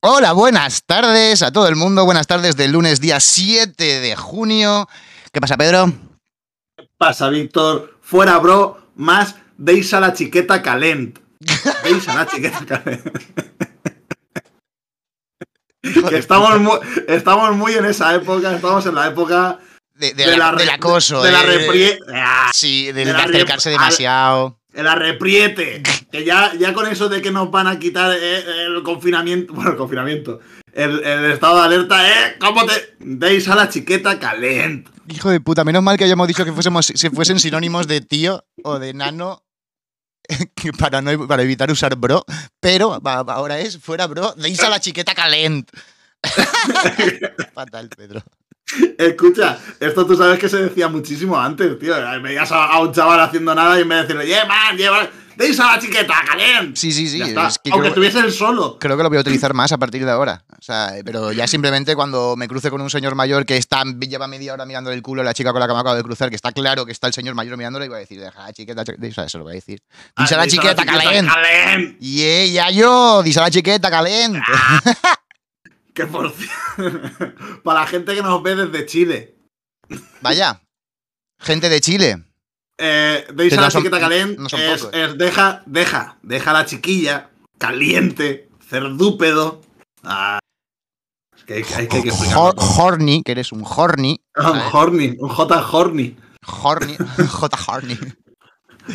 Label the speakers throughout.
Speaker 1: Hola, buenas tardes a todo el mundo. Buenas tardes del lunes día 7 de junio. ¿Qué pasa, Pedro?
Speaker 2: ¿Qué pasa, Víctor? Fuera, bro, más deis a la chiqueta calent. Deis a la chiqueta calent. que estamos, muy, estamos muy en esa época, estamos en la época
Speaker 1: De- de la- del
Speaker 2: re-
Speaker 1: acoso, eh.
Speaker 2: De, la
Speaker 1: de-
Speaker 2: reprie- Ah,
Speaker 1: Sí, de,
Speaker 2: de la
Speaker 1: acercarse
Speaker 2: rep-
Speaker 1: demasiado.
Speaker 2: de la repriete. Que ya, ya con eso de que nos van a quitar eh, el confinamiento. Bueno, el confinamiento. El, el estado de alerta, ¿eh? ¿Cómo te.? Deis a la chiqueta calent.
Speaker 1: Hijo de puta, menos mal que hayamos dicho que fuésemos, si fuesen sinónimos de tío o de nano que para, no, para evitar usar bro, pero va- va- ahora es fuera bro, deis a la chiqueta calent. Fatal, Pedro.
Speaker 2: Escucha, esto tú sabes que se decía muchísimo antes, tío. Veías a, a un chaval haciendo nada y en vez de decirle, yeah, man, lleva. Deis a la chiqueta calent.
Speaker 1: Sí, sí, sí.
Speaker 2: Ya está.
Speaker 1: es que
Speaker 2: Aunque
Speaker 1: creo-
Speaker 2: estuviese él solo.
Speaker 1: Creo que lo voy a utilizar más a partir de ahora. O sea, eh, pero ya simplemente cuando me cruce con un señor mayor que está, lleva media hora mirando el culo a la chica con la que me acabo de cruzar, que está claro que está el señor mayor mirándola, y voy a decir, deja la chiqueta, chiqueta", o sea, se lo voy a decir. Dice a la
Speaker 2: "Deis
Speaker 1: chiqueta, calent.
Speaker 2: calent".
Speaker 1: Y ella yo, dice a la chiqueta, calent.
Speaker 2: Que por cierto, para la gente que nos ve desde Chile,
Speaker 1: Vaya. Gente de Chile.
Speaker 2: eh, deis
Speaker 1: Que
Speaker 2: a
Speaker 1: no
Speaker 2: la
Speaker 1: son-
Speaker 2: chiqueta calent
Speaker 1: no son
Speaker 2: es,
Speaker 1: pocos.
Speaker 2: es deja, deja, deja a la chiquilla caliente, cerdúpedo. Ah, es que hay, hay que, hay que explicarlo.
Speaker 1: Hor- horny, que eres un horny.
Speaker 2: Un horny, un J horny.
Speaker 1: Horny. J horny.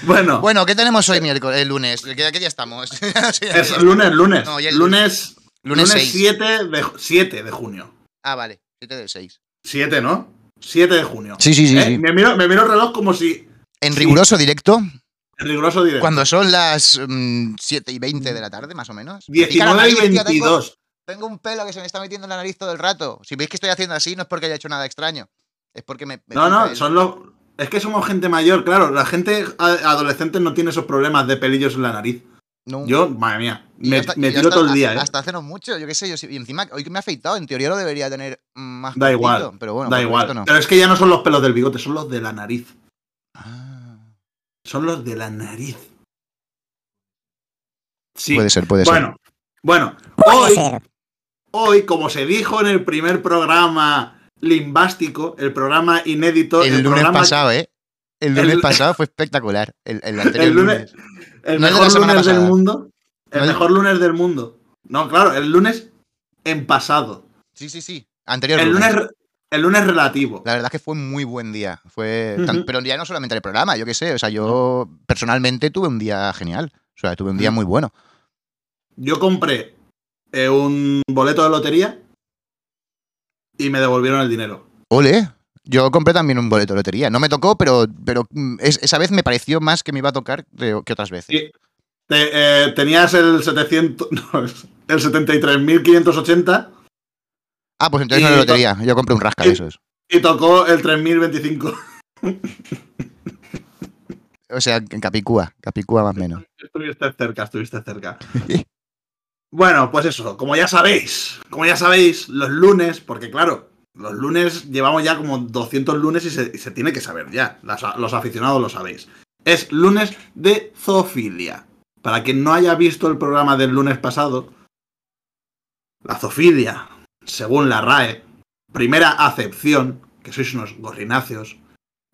Speaker 2: Bueno,
Speaker 1: Bueno, ¿qué tenemos hoy miércoles? El lunes. ¿Qué, qué día estamos? Ya no sé.
Speaker 2: es lunes, lunes.
Speaker 1: No, y el
Speaker 2: lunes, lunes,
Speaker 1: Lunes seis.
Speaker 2: 7, de, 7 de junio.
Speaker 1: Ah, vale. 7 del 6.
Speaker 2: 7, ¿no? 7 de junio.
Speaker 1: Sí, sí,
Speaker 2: Eh, Me, miro, me miro el reloj como si
Speaker 1: En
Speaker 2: sí.
Speaker 1: riguroso directo.
Speaker 2: en riguroso directo.
Speaker 1: Cuando son las mm, 7 y 20 de la tarde, más o menos. Me pica la
Speaker 2: 19 y
Speaker 1: nariz, tío, tengo-
Speaker 2: 22.
Speaker 1: Tengo, un pelo que se me está metiendo en la nariz todo el rato. Si veis que estoy haciendo así, no es porque haya hecho nada extraño. Es porque me. me
Speaker 2: No,
Speaker 1: pica
Speaker 2: no,
Speaker 1: el-
Speaker 2: son los. Es que somos gente mayor, claro. La gente a- adolescente no tiene esos problemas de pelillos en la nariz.
Speaker 1: No.
Speaker 2: Yo, madre mía,
Speaker 1: Y
Speaker 2: me,
Speaker 1: hasta-
Speaker 2: me
Speaker 1: y
Speaker 2: tiro
Speaker 1: hasta-
Speaker 2: todo el día, ¿eh?
Speaker 1: Hasta hace no mucho, yo qué sé. Yo, sí- y encima, hoy que me he afeitado, en teoría lo debería tener mm, más.
Speaker 2: Da igual,
Speaker 1: cortito, Pero bueno,
Speaker 2: da
Speaker 1: por lo
Speaker 2: igual.
Speaker 1: visto no.
Speaker 2: Pero es que ya no son los pelos del bigote, son los de la nariz.
Speaker 1: Ah,
Speaker 2: Son los de la nariz. Sí.
Speaker 1: Puede ser, puede ser.
Speaker 2: bueno, bueno. Hoy, hoy, como se dijo en el primer programa limbástico, el programa inédito,
Speaker 1: el lunes
Speaker 2: programa-
Speaker 1: pasado, ¿eh? El lunes
Speaker 2: el-
Speaker 1: pasado fue espectacular. El, el anterior
Speaker 2: El lunes-
Speaker 1: lunes.
Speaker 2: El
Speaker 1: No es de la
Speaker 2: mejor
Speaker 1: semana
Speaker 2: lunes del
Speaker 1: pasada.
Speaker 2: mundo. El
Speaker 1: No es-
Speaker 2: mejor lunes del mundo. No, claro, el lunes en pasado.
Speaker 1: Sí, sí, sí. Anterior
Speaker 2: El
Speaker 1: lunes.
Speaker 2: lunes, el lunes relativo.
Speaker 1: La verdad es que fue muy buen día. Fue tan-
Speaker 2: Ujú.
Speaker 1: pero ya no solamente el programa, yo qué sé. O sea, yo personalmente tuve un día genial. O sea, tuve un día
Speaker 2: Ujú.
Speaker 1: muy bueno.
Speaker 2: Yo compré eh, un boleto de lotería y me devolvieron el dinero.
Speaker 1: Ole. Yo compré también un boleto de lotería. No me tocó, pero, pero mm, es- esa vez me pareció más que me iba a tocar de- que otras veces.
Speaker 2: Sí. Te- eh, tenías el 700, no, el 73.580
Speaker 1: Ah, pues entonces no
Speaker 2: Y-
Speaker 1: era lotería. Yo compré un rasca de
Speaker 2: y-
Speaker 1: esos.
Speaker 2: y tocó el 3.025.
Speaker 1: O sea, en Capicúa. Capicúa más o menos.
Speaker 2: Estuviste cerca, estuviste cerca. bueno, pues eso, como ya sabéis, como ya sabéis, los lunes, porque claro, los lunes llevamos ya como 200 lunes y se, y se tiene que saber ya, las a- los aficionados lo sabéis. Es lunes de zoofilia. Para quien no haya visto el programa del lunes pasado, la zoofilia, según la RAE, primera acepción, que sois unos gorrináceos,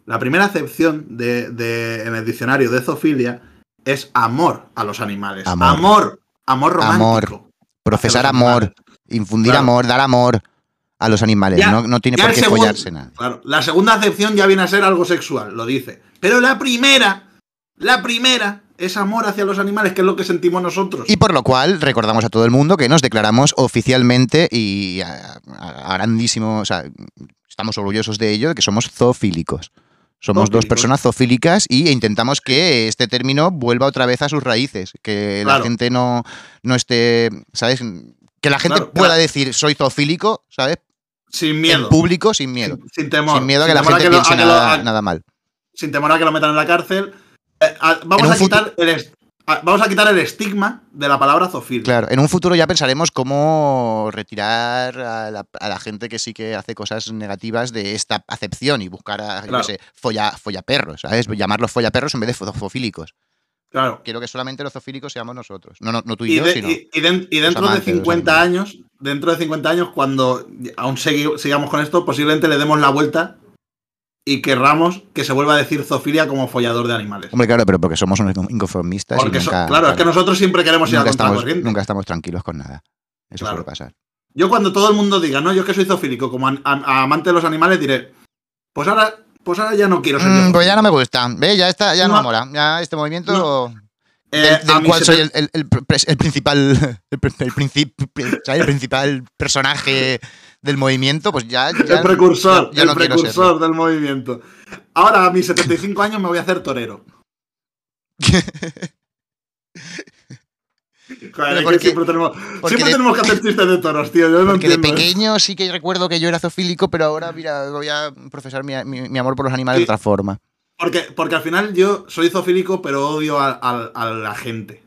Speaker 2: la primera acepción de- de- en el diccionario de zoofilia es amor a los animales.
Speaker 1: Amor.
Speaker 2: Amor. Amor, romántico.
Speaker 1: Profesar
Speaker 2: Hacia los
Speaker 1: amor,
Speaker 2: animales.
Speaker 1: infundir
Speaker 2: Claro.
Speaker 1: amor, dar amor a los animales.
Speaker 2: Ya-
Speaker 1: no, no tiene
Speaker 2: ya
Speaker 1: por
Speaker 2: el
Speaker 1: qué
Speaker 2: segundo-
Speaker 1: follarse nada.
Speaker 2: Claro, la segunda acepción ya viene a ser algo sexual, lo dice. Pero la primera, la primera es amor hacia los animales, que es lo que sentimos nosotros.
Speaker 1: Y por lo cual recordamos a todo el mundo que nos declaramos oficialmente y a, a- a grandísimo, o sea, estamos orgullosos de ello, de que somos zoofílicos. Somos dos
Speaker 2: Zoofílicos.
Speaker 1: personas zoofílicas y intentamos que este término vuelva otra vez a sus raíces, que la
Speaker 2: Claro.
Speaker 1: gente no, no esté, ¿sabes? Que la gente
Speaker 2: Claro,
Speaker 1: pueda
Speaker 2: claro.
Speaker 1: decir soy zoofílico, ¿sabes?
Speaker 2: sin
Speaker 1: En
Speaker 2: miedo.
Speaker 1: público sin miedo.
Speaker 2: Sin, sin temor.
Speaker 1: sin miedo a que
Speaker 2: Sin
Speaker 1: la
Speaker 2: temor
Speaker 1: gente
Speaker 2: lo-
Speaker 1: piense
Speaker 2: a que lo-
Speaker 1: nada,
Speaker 2: a-
Speaker 1: nada mal.
Speaker 2: Sin temor a que lo metan en la cárcel. Eh, a- vamos,
Speaker 1: En un
Speaker 2: a quitar el est- a- vamos a quitar el estigma de la palabra zoofilia.
Speaker 1: Claro, en un futuro ya pensaremos cómo retirar a la, a la gente que sí que hace cosas negativas de esta acepción y buscar a, yo qué
Speaker 2: Claro.
Speaker 1: sé, folla- follaperros, ¿sabes? Llamarlos follaperros en vez de fo- zoofílicos.
Speaker 2: Claro.
Speaker 1: Quiero que solamente los zoofílicos seamos nosotros. No, no, no tú y,
Speaker 2: Y,
Speaker 1: yo,
Speaker 2: de-
Speaker 1: sino.
Speaker 2: y- y den- y dentro de
Speaker 1: amantes, los
Speaker 2: 50
Speaker 1: animales.
Speaker 2: años, dentro de 50 años, cuando aún segui- sigamos con esto, posiblemente le demos la vuelta y querramos que se vuelva a decir zoofilia como follador de animales.
Speaker 1: Hombre, claro, pero porque somos unos inconformistas
Speaker 2: Porque
Speaker 1: y
Speaker 2: so-
Speaker 1: nunca,
Speaker 2: claro, es que nosotros siempre queremos ir a
Speaker 1: nunca estamos,
Speaker 2: contracorriente.
Speaker 1: nunca estamos tranquilos con nada. Eso
Speaker 2: Claro.
Speaker 1: suele pasar.
Speaker 2: Yo cuando todo el mundo diga, no, yo es que soy zoofílico, como an- a- amante de los animales, diré, pues ahora, pues ahora ya no quiero ser
Speaker 1: Mm,
Speaker 2: yo.
Speaker 1: pues ya no me gusta. ¿Ve? Ya, está, ya no,
Speaker 2: No.
Speaker 1: me mola. Ya este movimiento
Speaker 2: Eh,
Speaker 1: del, del
Speaker 2: a mí
Speaker 1: cual
Speaker 2: se
Speaker 1: soy
Speaker 2: me-
Speaker 1: el, el- el pr- el principal. El, pr- el princip- ¿sabes? El principal personaje del movimiento, pues ya. ya-
Speaker 2: el precursor,
Speaker 1: ya- ya
Speaker 2: el
Speaker 1: no quiero
Speaker 2: precursor del movimiento. Ahora a mis 75 años me voy a hacer torero. Joder, es que
Speaker 1: porque-
Speaker 2: siempre tenemos,
Speaker 1: porque
Speaker 2: siempre
Speaker 1: de-
Speaker 2: tenemos que hacer chistes de toros, tío. Yo no
Speaker 1: Porque de
Speaker 2: entiendo. ¿eh?
Speaker 1: pequeño sí que recuerdo que yo era zoofílico, pero ahora, mira, voy a profesar mi, mi- mi amor por los animales de
Speaker 2: Sí.
Speaker 1: otra forma.
Speaker 2: Porque, porque al final yo soy zoofílico, pero odio a, a- a la gente.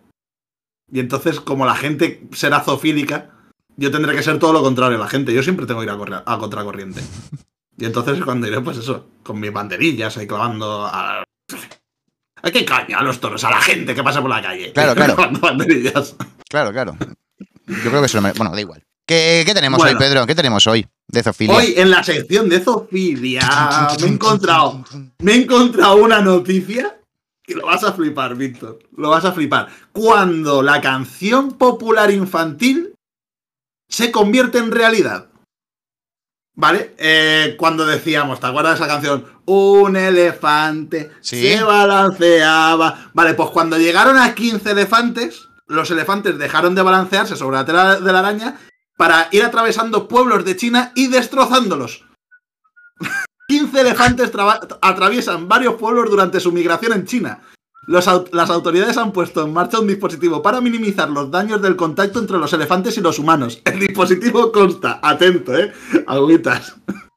Speaker 2: Y entonces, como la gente será zoofílica, yo tendré que ser todo lo contrario a la gente. Yo siempre tengo que ir a, corre- a contracorriente. Y entonces es cuando iré, pues eso, con mis banderillas ahí clavando a... ¿A qué caña? A los toros, a la gente que pasa por la calle.
Speaker 1: Claro, claro.
Speaker 2: Clavando banderillas.
Speaker 1: Claro, claro. Yo creo que eso lo me- Bueno, da igual. ¿Qué, qué tenemos hoy,
Speaker 2: Bueno.
Speaker 1: Pedro? ¿Qué tenemos hoy de zoofilia?
Speaker 2: Hoy en la sección de zoofilia me he encontrado, me he encontrado una noticia que lo vas a flipar, Víctor. Lo vas a flipar. Cuando la canción popular infantil se convierte en realidad. ¿Vale? Eh, cuando decíamos, ¿te acuerdas de esa canción? Un elefante
Speaker 1: Sí.
Speaker 2: se balanceaba. Vale, pues cuando llegaron a 15 elefantes, los elefantes dejaron de balancearse sobre la tela de la araña para ir atravesando pueblos de China y destrozándolos. 15 elefantes traba- atraviesan varios pueblos durante su migración en China. Los au- las autoridades han puesto en marcha un dispositivo para minimizar los daños del contacto entre los elefantes y los humanos. El dispositivo consta, atento, eh, agüitas.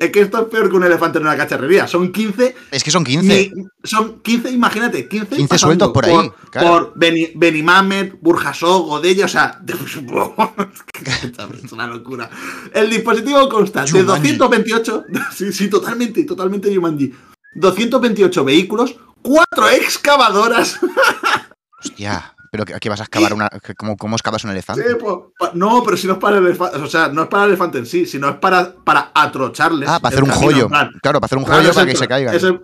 Speaker 2: Es que esto es peor que un elefante en una cacharrería. Son 15
Speaker 1: Es que son 15.
Speaker 2: ni- son 15, imagínate, 15,
Speaker 1: 15
Speaker 2: pasando
Speaker 1: sueltos por ahí,
Speaker 2: Por,
Speaker 1: claro.
Speaker 2: por Beni- Benimamet, Burjasó, Godella, o sea, es una locura. El dispositivo consta de
Speaker 1: Jumanji.
Speaker 2: 228, sí, sí, totalmente, totalmente Jumanji. 228 vehículos, 4 excavadoras.
Speaker 1: Hostia. ¿Pero qué, qué vas a excavar? Una, que- ¿cómo, ¿Cómo excavas un elefante?
Speaker 2: Sí, po- pa- no, pero si no es para el elefante, o sea, no es para el elefante en sí, sino es para, para atrocharles.
Speaker 1: ah, para hacer
Speaker 2: el
Speaker 1: un
Speaker 2: camino,
Speaker 1: joyo.
Speaker 2: en plan,
Speaker 1: Claro, para hacer un
Speaker 2: claro,
Speaker 1: joyo
Speaker 2: es
Speaker 1: para
Speaker 2: en
Speaker 1: que se
Speaker 2: plan-
Speaker 1: caiga.
Speaker 2: Es en,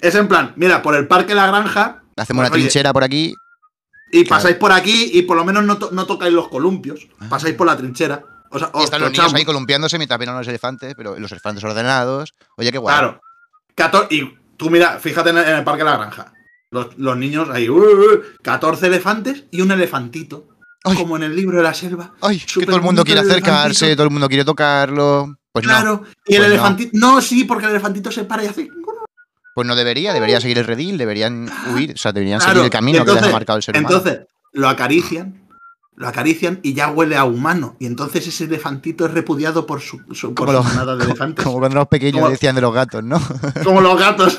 Speaker 2: es en plan, mira, por el parque La Granja,
Speaker 1: Hacemos una
Speaker 2: Oye,
Speaker 1: trinchera por aquí.
Speaker 2: Y
Speaker 1: Claro.
Speaker 2: pasáis por aquí y por lo menos no, to- no tocáis los columpios. Pasáis por la trinchera. O sea,
Speaker 1: Y
Speaker 2: os
Speaker 1: están los niños
Speaker 2: trochamos.
Speaker 1: ahí columpiándose mientras vienen los elefantes, pero los elefantes ordenados. Oye, qué guay.
Speaker 2: Claro. Cator- y tú mira, fíjate en el, en el parque de la granja. Los, los niños ahí, uh, uh, 14 elefantes y un elefantito.
Speaker 1: Ay.
Speaker 2: Como en el libro de la selva.
Speaker 1: Ay, que
Speaker 2: Súper
Speaker 1: todo el mundo
Speaker 2: bonito
Speaker 1: quiere
Speaker 2: el
Speaker 1: acercarse,
Speaker 2: elefantito.
Speaker 1: todo el mundo quiere tocarlo. Pues no,
Speaker 2: claro. Y
Speaker 1: pues
Speaker 2: el
Speaker 1: no.
Speaker 2: elefantito. No. sí, porque el elefantito se para y hace.
Speaker 1: pues no debería, debería seguir el redil, deberían huir, o sea, deberían seguir
Speaker 2: Claro,
Speaker 1: el camino que les ha
Speaker 2: entonces-
Speaker 1: marcado el ser humano.
Speaker 2: Entonces, lo acarician. Lo acarician y ya huele a humano. Y entonces ese elefantito es repudiado por su, su, por
Speaker 1: Como
Speaker 2: su
Speaker 1: lo-
Speaker 2: manada de elefantes.
Speaker 1: Como cuando éramos pequeños
Speaker 2: Como-
Speaker 1: decían de los gatos, ¿no?
Speaker 2: Como los gatos.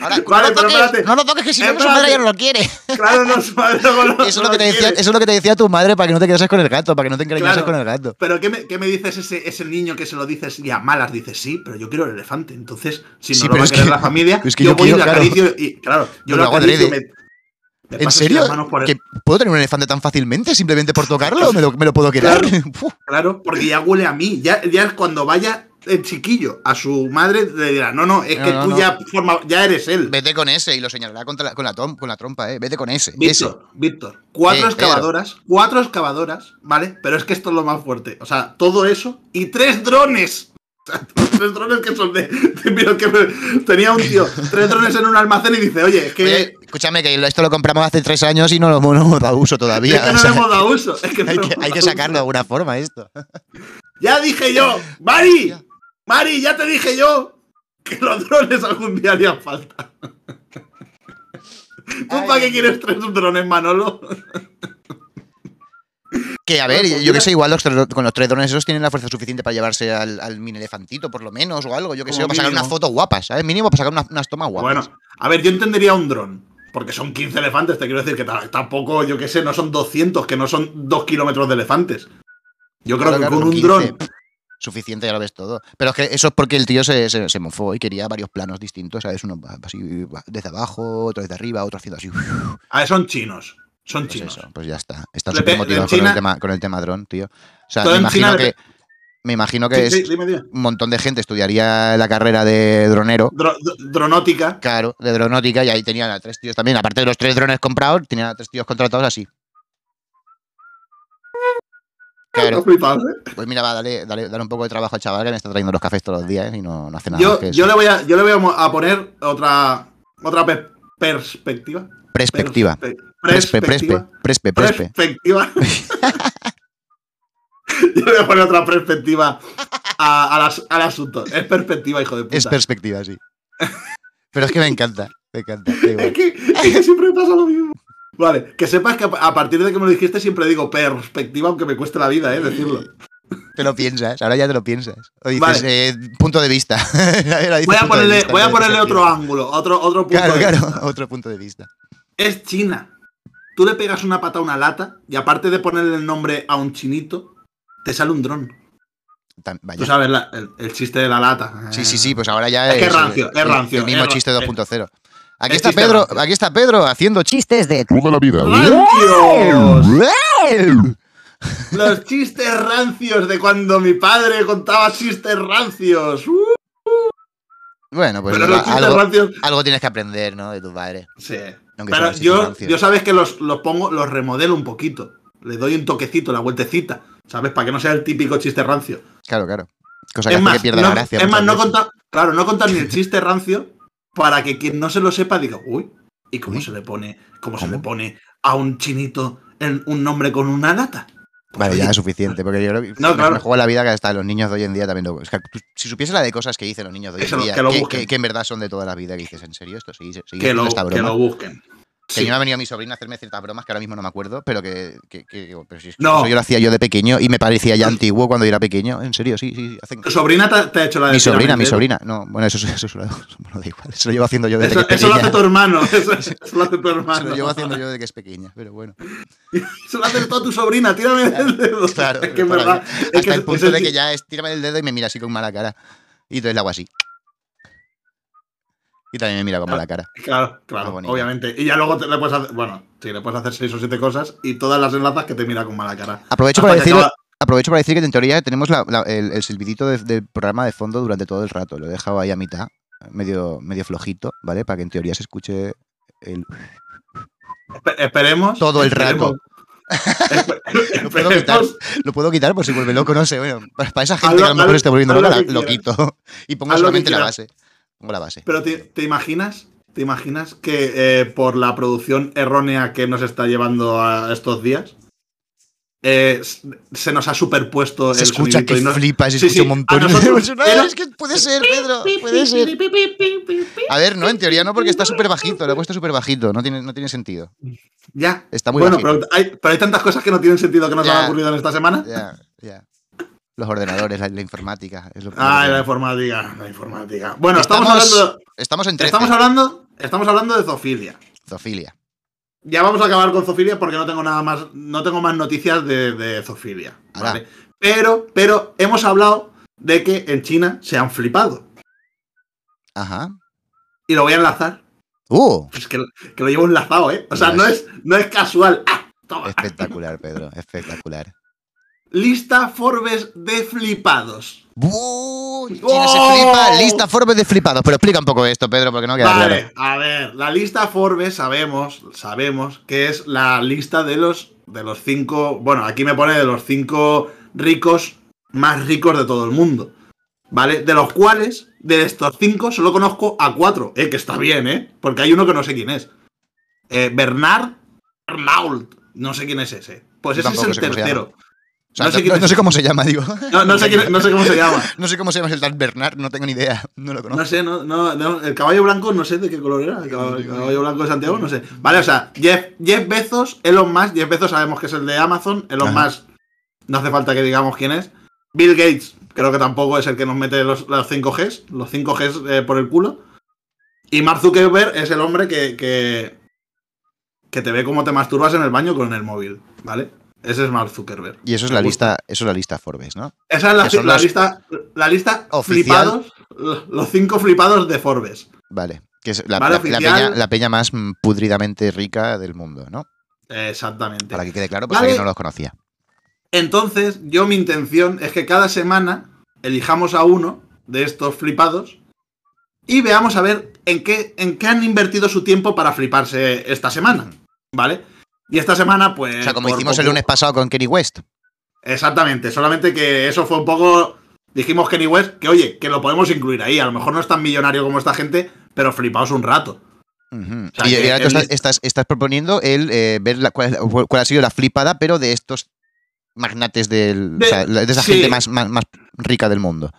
Speaker 1: Ahora,
Speaker 2: Vale,
Speaker 1: no, lo
Speaker 2: pero
Speaker 1: toques,
Speaker 2: espérate.
Speaker 1: no lo toques, que si no, que su
Speaker 2: Espérate.
Speaker 1: madre ya no lo quiere.
Speaker 2: Claro, no su madre no lo-
Speaker 1: Eso es, lo
Speaker 2: no
Speaker 1: que te decía,
Speaker 2: quiere.
Speaker 1: eso es lo que te decía tu madre para que no te quedases con el gato, para que no te encariñases
Speaker 2: Claro.
Speaker 1: con el gato.
Speaker 2: Pero ¿qué me, qué me dices ese, ese niño que se lo dices y a malas dices sí, pero yo quiero el elefante? Entonces, si no
Speaker 1: Sí,
Speaker 2: lo
Speaker 1: pero
Speaker 2: va a
Speaker 1: es
Speaker 2: querer
Speaker 1: que-
Speaker 2: la familia,
Speaker 1: es que
Speaker 2: yo,
Speaker 1: yo
Speaker 2: voy y
Speaker 1: quiero,
Speaker 2: le
Speaker 1: claro.
Speaker 2: acaricio y claro, yo
Speaker 1: Yo
Speaker 2: lo
Speaker 1: lo hago
Speaker 2: acaricio y me,
Speaker 1: adrede.
Speaker 2: me
Speaker 1: ¿En
Speaker 2: paso así
Speaker 1: serio?
Speaker 2: las manos por el-
Speaker 1: ¿Que ¿Puedo tener un elefante tan fácilmente simplemente por tocarlo? ¿Me lo, me lo puedo quedar? Uf,
Speaker 2: Claro, porque ya huele a mí. Ya, ya es cuando vaya el chiquillo a su madre le dirá, no, no, es
Speaker 1: No,
Speaker 2: que
Speaker 1: no,
Speaker 2: tú
Speaker 1: no.
Speaker 2: ya forma- ya eres él.
Speaker 1: Vete con ese y lo señalará contra la- con, la tom- con la trompa, ¿eh? Vete con ese. ese.
Speaker 2: Víctor, Víctor, cuatro
Speaker 1: Eh,
Speaker 2: excavadoras, cuatro excavadoras, ¿vale? Pero es que esto es lo más fuerte. O sea, todo eso y tres drones. O sea, tres drones que son de. de- mira, que me- tenía un tío, tres drones en un almacén y dice, oye, es que.
Speaker 1: Oye, escúchame, que esto lo compramos hace tres años y no lo no lo hemos dado uso
Speaker 2: es
Speaker 1: todavía.
Speaker 2: que
Speaker 1: o
Speaker 2: no le
Speaker 1: sea,
Speaker 2: hemos dado uso. Es que no
Speaker 1: hay,
Speaker 2: le
Speaker 1: que,
Speaker 2: hemos
Speaker 1: hay que
Speaker 2: dado
Speaker 1: sacarlo de alguna forma esto.
Speaker 2: uso. Ya dije yo, Mari, Mari, ya te dije yo que los drones algún día harían falta. ¿Tú
Speaker 1: Ay.
Speaker 2: para qué quieres tres drones, Manolo?
Speaker 1: Que a ver,
Speaker 2: Bueno, pues
Speaker 1: yo que
Speaker 2: mira.
Speaker 1: sé, igual los tres- con los tres drones esos tienen la fuerza suficiente para llevarse al, al mini elefantito, por lo menos, o algo, yo que sé,
Speaker 2: Como
Speaker 1: o para sacar
Speaker 2: mínimo.
Speaker 1: unas fotos guapas, ¿sabes? Mínimo para sacar unas, unas tomas guapas.
Speaker 2: Bueno, a ver, yo entendería un dron. Porque son 15 elefantes, te quiero decir que ta- tampoco, yo qué sé, no son 200, que no son 2 kilómetros de elefantes. Yo creo
Speaker 1: Claro,
Speaker 2: que
Speaker 1: claro,
Speaker 2: con
Speaker 1: son
Speaker 2: un
Speaker 1: 15.
Speaker 2: dron,
Speaker 1: suficiente, ya lo ves todo. Pero es que eso es porque el tío se, se, se mofó y quería varios planos distintos, ¿sabes? Uno así desde abajo, otro desde arriba, otro haciendo así.
Speaker 2: A ver, ah, son chinos. Son
Speaker 1: Pues
Speaker 2: chinos.
Speaker 1: eso, pues ya está. Están
Speaker 2: Le
Speaker 1: súper
Speaker 2: pe-
Speaker 1: motivados
Speaker 2: en
Speaker 1: con, el
Speaker 2: China-
Speaker 1: tema, con el tema dron, tío. O sea,
Speaker 2: Todo
Speaker 1: me
Speaker 2: en China
Speaker 1: imagino
Speaker 2: le
Speaker 1: que, me imagino que
Speaker 2: Sí, sí,
Speaker 1: es
Speaker 2: dime, dime.
Speaker 1: un montón de gente estudiaría la carrera de dronero.
Speaker 2: Dro- dro- dronótica.
Speaker 1: Claro, de dronótica, y ahí tenían a tres tíos también. Aparte de los tres drones comprados, tenían a tres tíos contratados así.
Speaker 2: Está
Speaker 1: Claro,
Speaker 2: flipado, ¿eh?
Speaker 1: pues mira, va, dale, dale, dale un poco de trabajo al chaval que me está trayendo los cafés todos los días ¿eh? y no, no hace nada.
Speaker 2: Yo,
Speaker 1: más que
Speaker 2: yo
Speaker 1: eso.
Speaker 2: le voy a, yo le voy a mo- a poner otra, otra pe- perspectiva.
Speaker 1: Perspectiva.
Speaker 2: Perspe-
Speaker 1: Prespe,
Speaker 2: perspectiva.
Speaker 1: prespe, prespe, prespe.
Speaker 2: Perspectiva. yo le voy a poner otra perspectiva a- a las- al asunto. Es perspectiva, hijo de puta.
Speaker 1: Es perspectiva, sí. Pero es que me encanta, me encanta. da igual.
Speaker 2: Es que, es que siempre me pasa lo mismo. Vale, que sepas que a a partir de que me lo dijiste siempre digo perspectiva, aunque me cueste la vida, ¿eh? Decirlo.
Speaker 1: Te lo piensas, ahora ya te lo piensas. O dices,
Speaker 2: Vale.
Speaker 1: eh, punto de vista. Ahora dices
Speaker 2: Voy
Speaker 1: punto
Speaker 2: a
Speaker 1: de
Speaker 2: ponerle,
Speaker 1: vista,
Speaker 2: voy a
Speaker 1: no dices
Speaker 2: ponerle otro
Speaker 1: perspectiva.
Speaker 2: ángulo, otro, otro punto
Speaker 1: Claro,
Speaker 2: de
Speaker 1: claro,
Speaker 2: vista.
Speaker 1: otro punto de vista.
Speaker 2: Es China. Tú le pegas una pata a una lata y aparte de ponerle el nombre a un chinito, te sale un dron.
Speaker 1: Tam- vaya.
Speaker 2: Tú sabes la- el, el chiste de la lata. Eh.
Speaker 1: Sí, sí, sí, pues ahora ya
Speaker 2: Es
Speaker 1: es,
Speaker 2: que es rancio, es
Speaker 1: el-
Speaker 2: rancio,
Speaker 1: el mismo
Speaker 2: es ra-
Speaker 1: chiste 2.0. Aquí
Speaker 2: es
Speaker 1: está
Speaker 2: chiste
Speaker 1: Pedro,
Speaker 2: rancio.
Speaker 1: aquí está Pedro haciendo chistes de toda la vida.
Speaker 2: ¡Rancios!
Speaker 1: ¡Wow!
Speaker 2: Los chistes rancios de cuando mi padre contaba chistes rancios. ¡Uh!
Speaker 1: Bueno, pues
Speaker 2: Pero los chistes
Speaker 1: algo,
Speaker 2: rancios.
Speaker 1: algo tienes que aprender, ¿no? De tus padres.
Speaker 2: Sí.
Speaker 1: Aunque
Speaker 2: Pero
Speaker 1: sean
Speaker 2: yo,
Speaker 1: rancios.
Speaker 2: yo sabes que los, los pongo, los remodelo un poquito. Le doy un toquecito, la vueltecita. ¿Sabes? Para que no sea el típico chiste rancio.
Speaker 1: Claro, claro. Cosa que hace que pierda
Speaker 2: no,
Speaker 1: la gracia.
Speaker 2: es más,
Speaker 1: muchas
Speaker 2: no
Speaker 1: veces.
Speaker 2: contar, claro, no contar ni el chiste rancio para que quien no se lo sepa diga, uy, ¿y cómo
Speaker 1: Uy.
Speaker 2: se le pone, cómo, se
Speaker 1: ¿Cómo?
Speaker 2: le pone a un chinito en un nombre con una lata? Pues,
Speaker 1: Vale, ya
Speaker 2: oye,
Speaker 1: es suficiente, porque yo creo que
Speaker 2: No,
Speaker 1: me-
Speaker 2: claro.
Speaker 1: me juego la vida que hasta los niños de hoy en día también lo... es que tú- si supiese la de cosas que dicen los niños de hoy
Speaker 2: Eso
Speaker 1: en
Speaker 2: lo-
Speaker 1: día,
Speaker 2: que lo
Speaker 1: que,
Speaker 2: busquen.
Speaker 1: que- que en verdad son de toda la vida, que dices, ¿en serio esto? Sí, sí, sí,
Speaker 2: que, lo,
Speaker 1: esta
Speaker 2: que
Speaker 1: broma.
Speaker 2: lo busquen.
Speaker 1: Que
Speaker 2: Sí.
Speaker 1: yo me ha venido mi sobrina a hacerme ciertas bromas que ahora mismo no me acuerdo, pero que, que- que digo, pero si es que
Speaker 2: No. Pues
Speaker 1: eso yo lo hacía yo de pequeño y me parecía ya antiguo cuando yo era pequeño. En serio, sí, sí, sí, hacen-
Speaker 2: ¿Tu sobrina te, te ha hecho la de
Speaker 1: Mi sobrina,
Speaker 2: tiramente?
Speaker 1: mi sobrina. No, bueno, eso, eso, eso, no da igual. Eso lo llevo haciendo yo desde
Speaker 2: Eso,
Speaker 1: que es
Speaker 2: eso lo hace
Speaker 1: pequeña.
Speaker 2: tu hermano. Eso, eso lo hace tu
Speaker 1: Eso
Speaker 2: hermano.
Speaker 1: lo llevo haciendo yo desde que es pequeña, pero bueno.
Speaker 2: Eso lo hace toda tu sobrina. Tírame el dedo.
Speaker 1: Claro,
Speaker 2: es que en
Speaker 1: toda la
Speaker 2: verdad.
Speaker 1: vida.
Speaker 2: es
Speaker 1: Hasta
Speaker 2: que
Speaker 1: el
Speaker 2: es-
Speaker 1: punto
Speaker 2: es
Speaker 1: de que
Speaker 2: chi-
Speaker 1: ya es tírame el dedo y me mira así con mala cara. Y entonces le hago así. Y también me mira con mala cara.
Speaker 2: Claro,
Speaker 1: Muy
Speaker 2: claro,
Speaker 1: bonito.
Speaker 2: obviamente. Y ya luego te- le puedes hacer. Bueno, sí, le puedes hacer seis o siete cosas y todas las enlazas que te mira con mala cara.
Speaker 1: Aprovecho para,
Speaker 2: Hasta que
Speaker 1: decir,
Speaker 2: acaba-
Speaker 1: aprovecho para decir que en teoría tenemos la- la- el, el silbidito de- del programa de fondo durante todo el rato. Lo he dejado ahí a mitad, medio, medio flojito, ¿vale? Para que en teoría se escuche el...
Speaker 2: espe- esperemos.
Speaker 1: Todo el rato.
Speaker 2: esperemos- espe-
Speaker 1: Lo puedo quitar,
Speaker 2: esperemos-
Speaker 1: lo puedo quitar por si vuelve loco, no sé. Bueno, para para esa gente que
Speaker 2: Hazlo-
Speaker 1: a lo mejor
Speaker 2: hazlo-
Speaker 1: esté volviendo
Speaker 2: hazlo
Speaker 1: loca, la-
Speaker 2: lo que
Speaker 1: lo
Speaker 2: quieras.
Speaker 1: quito. Y pongo
Speaker 2: Haz lo que
Speaker 1: solamente la
Speaker 2: quieras.
Speaker 1: base. Pongo la base.
Speaker 2: Pero te, te imaginas. ¿Te imaginas que eh, por la producción errónea que nos está llevando a estos días, eh, s- se nos ha superpuesto
Speaker 1: se
Speaker 2: el
Speaker 1: escucha
Speaker 2: sonidito
Speaker 1: que
Speaker 2: y no-
Speaker 1: flipas, se
Speaker 2: Sí,
Speaker 1: escucha
Speaker 2: sí,
Speaker 1: un montón.
Speaker 2: a nosotros
Speaker 1: No,
Speaker 2: era-
Speaker 1: es que puede ser, Pedro, puede ser. A ver, no, en teoría no, porque está súper bajito, lo he puesto súper bajito, no tiene, no tiene sentido.
Speaker 2: Ya.
Speaker 1: Está muy
Speaker 2: bueno,
Speaker 1: bajito.
Speaker 2: pero hay, pero hay tantas cosas que no tienen sentido que nos
Speaker 1: Ya.
Speaker 2: han ocurrido en esta semana.
Speaker 1: Ya, ya. Los ordenadores, la, la informática. Es lo primero
Speaker 2: Ah,
Speaker 1: que-
Speaker 2: la informática, la informática. Bueno, estamos,
Speaker 1: Estamos-
Speaker 2: hablando,
Speaker 1: Estamos en 13.
Speaker 2: estamos hablando, estamos hablando de zoofilia.
Speaker 1: Zoofilia.
Speaker 2: Ya vamos a acabar con zoofilia porque no tengo nada más, no tengo más noticias de, de zoofilia.
Speaker 1: Ahora.
Speaker 2: ¿vale? Pero, pero hemos hablado de que en China se han flipado
Speaker 1: Ajá.
Speaker 2: y lo voy a enlazar.
Speaker 1: ¡Uh!
Speaker 2: Pues que, que lo llevo enlazado, ¿eh? O sea, no es, no es casual. ¡Ah! Toma.
Speaker 1: Espectacular, Pedro, espectacular.
Speaker 2: Lista Forbes de flipados.
Speaker 1: ¡Buuu! China se
Speaker 2: ¡Oh!
Speaker 1: flipa, lista Forbes de flipados. Pero explica un poco esto, Pedro, porque no queda claro.
Speaker 2: Vale, a ver, la lista Forbes sabemos, sabemos que es la lista de los de los cinco, bueno, aquí me pone de los cinco ricos más ricos de todo el mundo, ¿vale? De los cuales, de estos cinco, solo conozco a cuatro, eh, que está bien, eh, porque hay uno que no sé quién es, Eh, Bernard Arnault, no sé quién es ese, pues ese es
Speaker 1: Tampoco
Speaker 2: el
Speaker 1: sé cómo se
Speaker 2: tercero,
Speaker 1: O sea,
Speaker 2: no sé
Speaker 1: no-
Speaker 2: quién
Speaker 1: no-
Speaker 2: es.
Speaker 1: no sé cómo se llama, digo.
Speaker 2: no, no sé quién- no sé cómo se llama.
Speaker 1: No sé cómo se llama el tal Bernard, no tengo ni idea. No lo conozco.
Speaker 2: No sé, no, no, no, el caballo blanco no sé de qué color era, el caballo, el caballo blanco de Santiago, no sé. Vale, o sea, Jeff, Jeff Bezos, Elon Musk, Jeff Bezos sabemos que es el de Amazon, Elon
Speaker 1: Ajá.
Speaker 2: Musk no hace falta que digamos quién es. Bill Gates, creo que tampoco es el que nos mete los, los 5Gs, los 5Gs eh, por el culo. Y Mark Zuckerberg es el hombre que, que, que te ve cómo te masturbas en el baño con el móvil, ¿vale? Ese es Mark Zuckerberg.
Speaker 1: Y eso es la lista, eso es la lista Forbes, ¿no?
Speaker 2: Esa es la,
Speaker 1: que son
Speaker 2: la
Speaker 1: los-
Speaker 2: lista, la lista
Speaker 1: Oficial.
Speaker 2: flipados, los cinco flipados de Forbes.
Speaker 1: Vale. Que es la,
Speaker 2: Vale,
Speaker 1: la- la
Speaker 2: oficial.
Speaker 1: peña, la peña más mm, pudridamente rica del mundo, ¿no?
Speaker 2: Exactamente.
Speaker 1: Para que quede claro, pues
Speaker 2: Vale.
Speaker 1: alguien no los conocía.
Speaker 2: Entonces, yo mi intención es que cada semana elijamos a uno de estos flipados y veamos a ver en qué, en qué han invertido su tiempo para fliparse esta semana. ¿Vale? Y esta semana, pues.
Speaker 1: O sea, como
Speaker 2: por
Speaker 1: hicimos el
Speaker 2: poco-
Speaker 1: lunes pasado con Kenny West.
Speaker 2: Exactamente, solamente que eso fue un poco. Dijimos Kenny West que, oye, que lo podemos incluir ahí. A lo mejor no es tan millonario como esta gente, pero flipaos un rato.
Speaker 1: Ujú.
Speaker 2: sea,
Speaker 1: y y
Speaker 2: que
Speaker 1: ahora tú
Speaker 2: él-
Speaker 1: estás, estás- estás proponiendo el eh, ver la- cuál, cuál ha sido la flipada, pero de estos magnates del,
Speaker 2: De-
Speaker 1: o sea, la- de esa
Speaker 2: sí.
Speaker 1: gente más, más, más rica del mundo.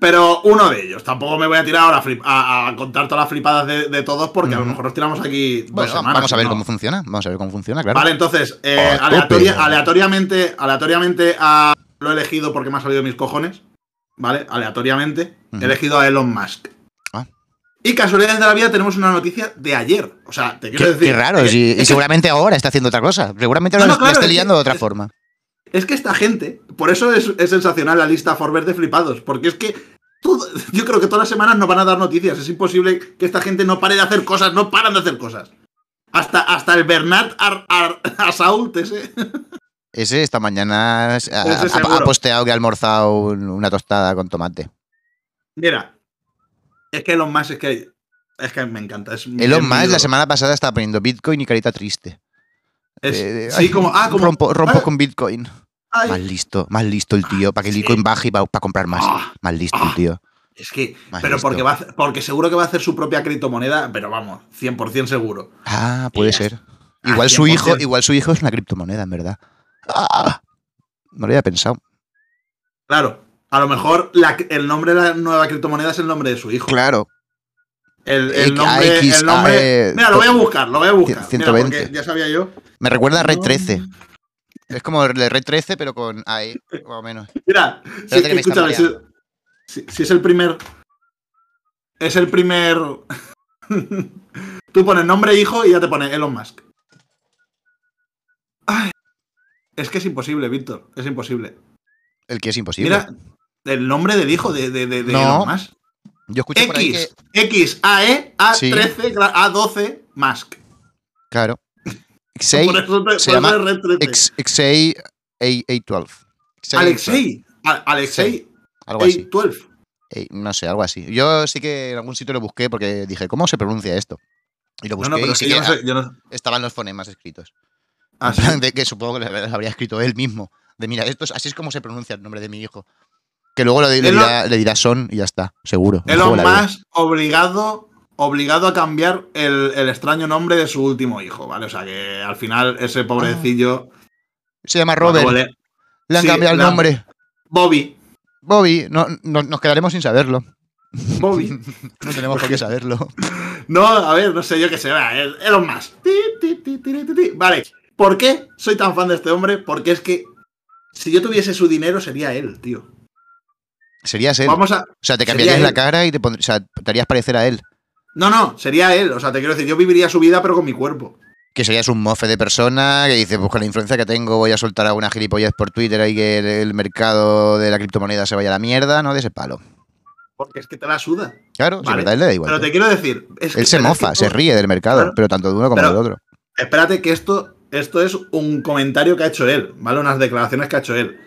Speaker 2: Pero uno de ellos. Tampoco me voy a tirar ahora a, flip- a- a contar todas las flipadas de, de todos, porque a lo
Speaker 1: Ujú.
Speaker 2: mejor nos tiramos aquí dos
Speaker 1: Bueno,
Speaker 2: semanas,
Speaker 1: vamos a ver
Speaker 2: ¿no?
Speaker 1: cómo funciona. Vamos a ver cómo funciona, claro.
Speaker 2: Vale, entonces, eh,
Speaker 1: A
Speaker 2: aleatoria-
Speaker 1: tope.
Speaker 2: aleatoriamente, aleatoriamente a- lo he elegido porque me ha salido de mis cojones. ¿Vale? Aleatoriamente.
Speaker 1: Ujú.
Speaker 2: He elegido a Elon Musk.
Speaker 1: Ah.
Speaker 2: Y casualidades de la vida tenemos una noticia de ayer. O sea, te quiero
Speaker 1: Qué,
Speaker 2: decir.
Speaker 1: qué raro,
Speaker 2: eh,
Speaker 1: y, y
Speaker 2: es, que,
Speaker 1: seguramente ahora está haciendo otra cosa. Seguramente
Speaker 2: No,
Speaker 1: ahora
Speaker 2: no,
Speaker 1: la-
Speaker 2: claro,
Speaker 1: la esté
Speaker 2: es que-
Speaker 1: liando de otra
Speaker 2: es-
Speaker 1: forma.
Speaker 2: es que esta gente, por eso es, es sensacional la lista Forbes de flipados, porque es que todo- yo creo que todas las semanas nos van a dar noticias. Es imposible que esta gente no pare de hacer cosas, no paran de hacer cosas. Hasta, hasta el Bernat Ar, Ar- Asault ese.
Speaker 1: Ese esta mañana s- ha,
Speaker 2: Ese
Speaker 1: ha- ha
Speaker 2: seguro.
Speaker 1: posteado que ha almorzado un- una tostada con tomate.
Speaker 2: Mira, es que Elon Musk es que es que me encanta. Es mi- es
Speaker 1: Elon
Speaker 2: mi
Speaker 1: Musk
Speaker 2: ídolo.
Speaker 1: la semana pasada estaba poniendo Bitcoin y carita triste.
Speaker 2: Es-
Speaker 1: Eh,
Speaker 2: sí,
Speaker 1: ay,
Speaker 2: como ah, como
Speaker 1: rompo, rompo
Speaker 2: ay,
Speaker 1: con Bitcoin.
Speaker 2: ay.
Speaker 1: Más listo, más listo el tío, para que el
Speaker 2: sí.
Speaker 1: Bitcoin baje y para comprar más.
Speaker 2: Ah,
Speaker 1: Más listo
Speaker 2: ah.
Speaker 1: el tío.
Speaker 2: es que
Speaker 1: Más
Speaker 2: pero
Speaker 1: listo.
Speaker 2: porque va a hacer- porque seguro que va a hacer su propia criptomoneda, pero vamos, 100% seguro.
Speaker 1: Ah, puede
Speaker 2: Ya
Speaker 1: ser.
Speaker 2: Ah,
Speaker 1: Igual su hijo,
Speaker 2: 100%.
Speaker 1: igual su hijo es una criptomoneda, en verdad. Ah, no lo había pensado.
Speaker 2: Claro, a lo mejor la- el nombre de la nueva criptomoneda es el nombre de su hijo.
Speaker 1: Claro.
Speaker 2: El, el
Speaker 1: X,
Speaker 2: nombre,
Speaker 1: AX,
Speaker 2: el nombre-
Speaker 1: eh,
Speaker 2: Mira, lo voy a buscar, lo voy a buscar.
Speaker 1: cien-
Speaker 2: Mira,
Speaker 1: 120.
Speaker 2: porque ya sabía yo.
Speaker 1: Me recuerda a Red
Speaker 2: No.
Speaker 1: 13. Es como el de Red 13, pero con AE, más o menos.
Speaker 2: Mira, si,
Speaker 1: que me están
Speaker 2: escúchame, si, si- si es el primer. Es el primer. Tú pones nombre hijo y ya te pone Elon Musk. Ay, es que es imposible, Víctor. Es imposible.
Speaker 1: El que es imposible.
Speaker 2: Mira, el nombre del hijo de, de, de- de
Speaker 1: No.
Speaker 2: Elon Musk.
Speaker 1: Yo escuché por ahí que.
Speaker 2: X, X, AE, A13,
Speaker 1: Sí.
Speaker 2: gra- A12, Musk.
Speaker 1: Claro. Xei,
Speaker 2: por eso te,
Speaker 1: se
Speaker 2: por
Speaker 1: llama
Speaker 2: eso es Red 13.
Speaker 1: X- Xei A- A12. Xei A12,
Speaker 2: Alexei. A- Alexei
Speaker 1: Algo así.
Speaker 2: A12.
Speaker 1: Eh, no sé, algo así. Yo sí que en algún sitio lo busqué porque dije, ¿cómo se pronuncia esto? Y lo
Speaker 2: No,
Speaker 1: busqué
Speaker 2: no, pero
Speaker 1: y
Speaker 2: es
Speaker 1: sí
Speaker 2: que yo
Speaker 1: que
Speaker 2: no sé. Yo no sé.
Speaker 1: ah, estaban los fonemas escritos.
Speaker 2: Ah,
Speaker 1: En
Speaker 2: sí.
Speaker 1: plan de que supongo que lo habría escrito él mismo. De mira, esto es- así es como se pronuncia el nombre de mi hijo. Que luego le, le
Speaker 2: Elon-
Speaker 1: dirá, le dirá son y ya está, seguro. Me juego
Speaker 2: Elon
Speaker 1: la vida.
Speaker 2: Musk obligado, obligado a cambiar el, el extraño nombre de su último hijo, ¿vale? O sea que al final ese pobrecillo.
Speaker 1: Se llama Ah. Robert.
Speaker 2: Acabo de leer.
Speaker 1: Le han
Speaker 2: sí,
Speaker 1: cambiado el
Speaker 2: le han-
Speaker 1: nombre.
Speaker 2: Bobby.
Speaker 1: Bobby, no, no- nos quedaremos sin saberlo.
Speaker 2: Bobby.
Speaker 1: No tenemos por qué saberlo.
Speaker 2: No, a ver, no sé yo qué sé. va, el- Elon Musk. Ti, ti, ti, ti, ti, ti, ti. Vale. ¿Por qué soy tan fan de este hombre? Porque es que si yo tuviese su dinero sería él, tío.
Speaker 1: Serías él.
Speaker 2: Vamos a.
Speaker 1: o sea, te
Speaker 2: sería
Speaker 1: cambiarías la
Speaker 2: él.
Speaker 1: cara y te, pondr- o sea, te harías parecer a él.
Speaker 2: No, no, sería él. O sea, te quiero decir, yo viviría su vida, pero con mi cuerpo.
Speaker 1: que serías un mofe de persona que dice, pues con la influencia que tengo voy a soltar alguna gilipollas por Twitter y que el, el mercado de la criptomoneda se vaya a la mierda, no de ese palo.
Speaker 2: Porque es que te la suda.
Speaker 1: Claro, si en
Speaker 2: Vale,
Speaker 1: verdad él le da igual.
Speaker 2: Pero te quiero decir. es que-
Speaker 1: él se
Speaker 2: pero es que
Speaker 1: mofa, se
Speaker 2: tú-
Speaker 1: ríe del mercado,
Speaker 2: Claro.
Speaker 1: pero tanto de uno como
Speaker 2: Pero-
Speaker 1: del otro.
Speaker 2: Espérate que esto, esto es un comentario que ha hecho él, ¿vale? Unas declaraciones que ha hecho él.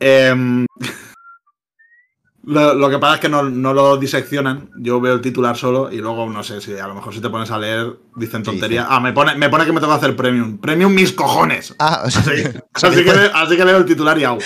Speaker 2: Em, lo, lo que pasa es que no, no lo diseccionan. Yo veo el titular solo y luego no sé si a lo mejor si te pones a leer dicen
Speaker 1: Sí,
Speaker 2: tontería. Ah, me pone, me pone que me tengo que hacer premium. Premium mis cojones.
Speaker 1: Ah, o sea,
Speaker 2: Así,
Speaker 1: sea,
Speaker 2: así que, le- así que leo el titular y hago.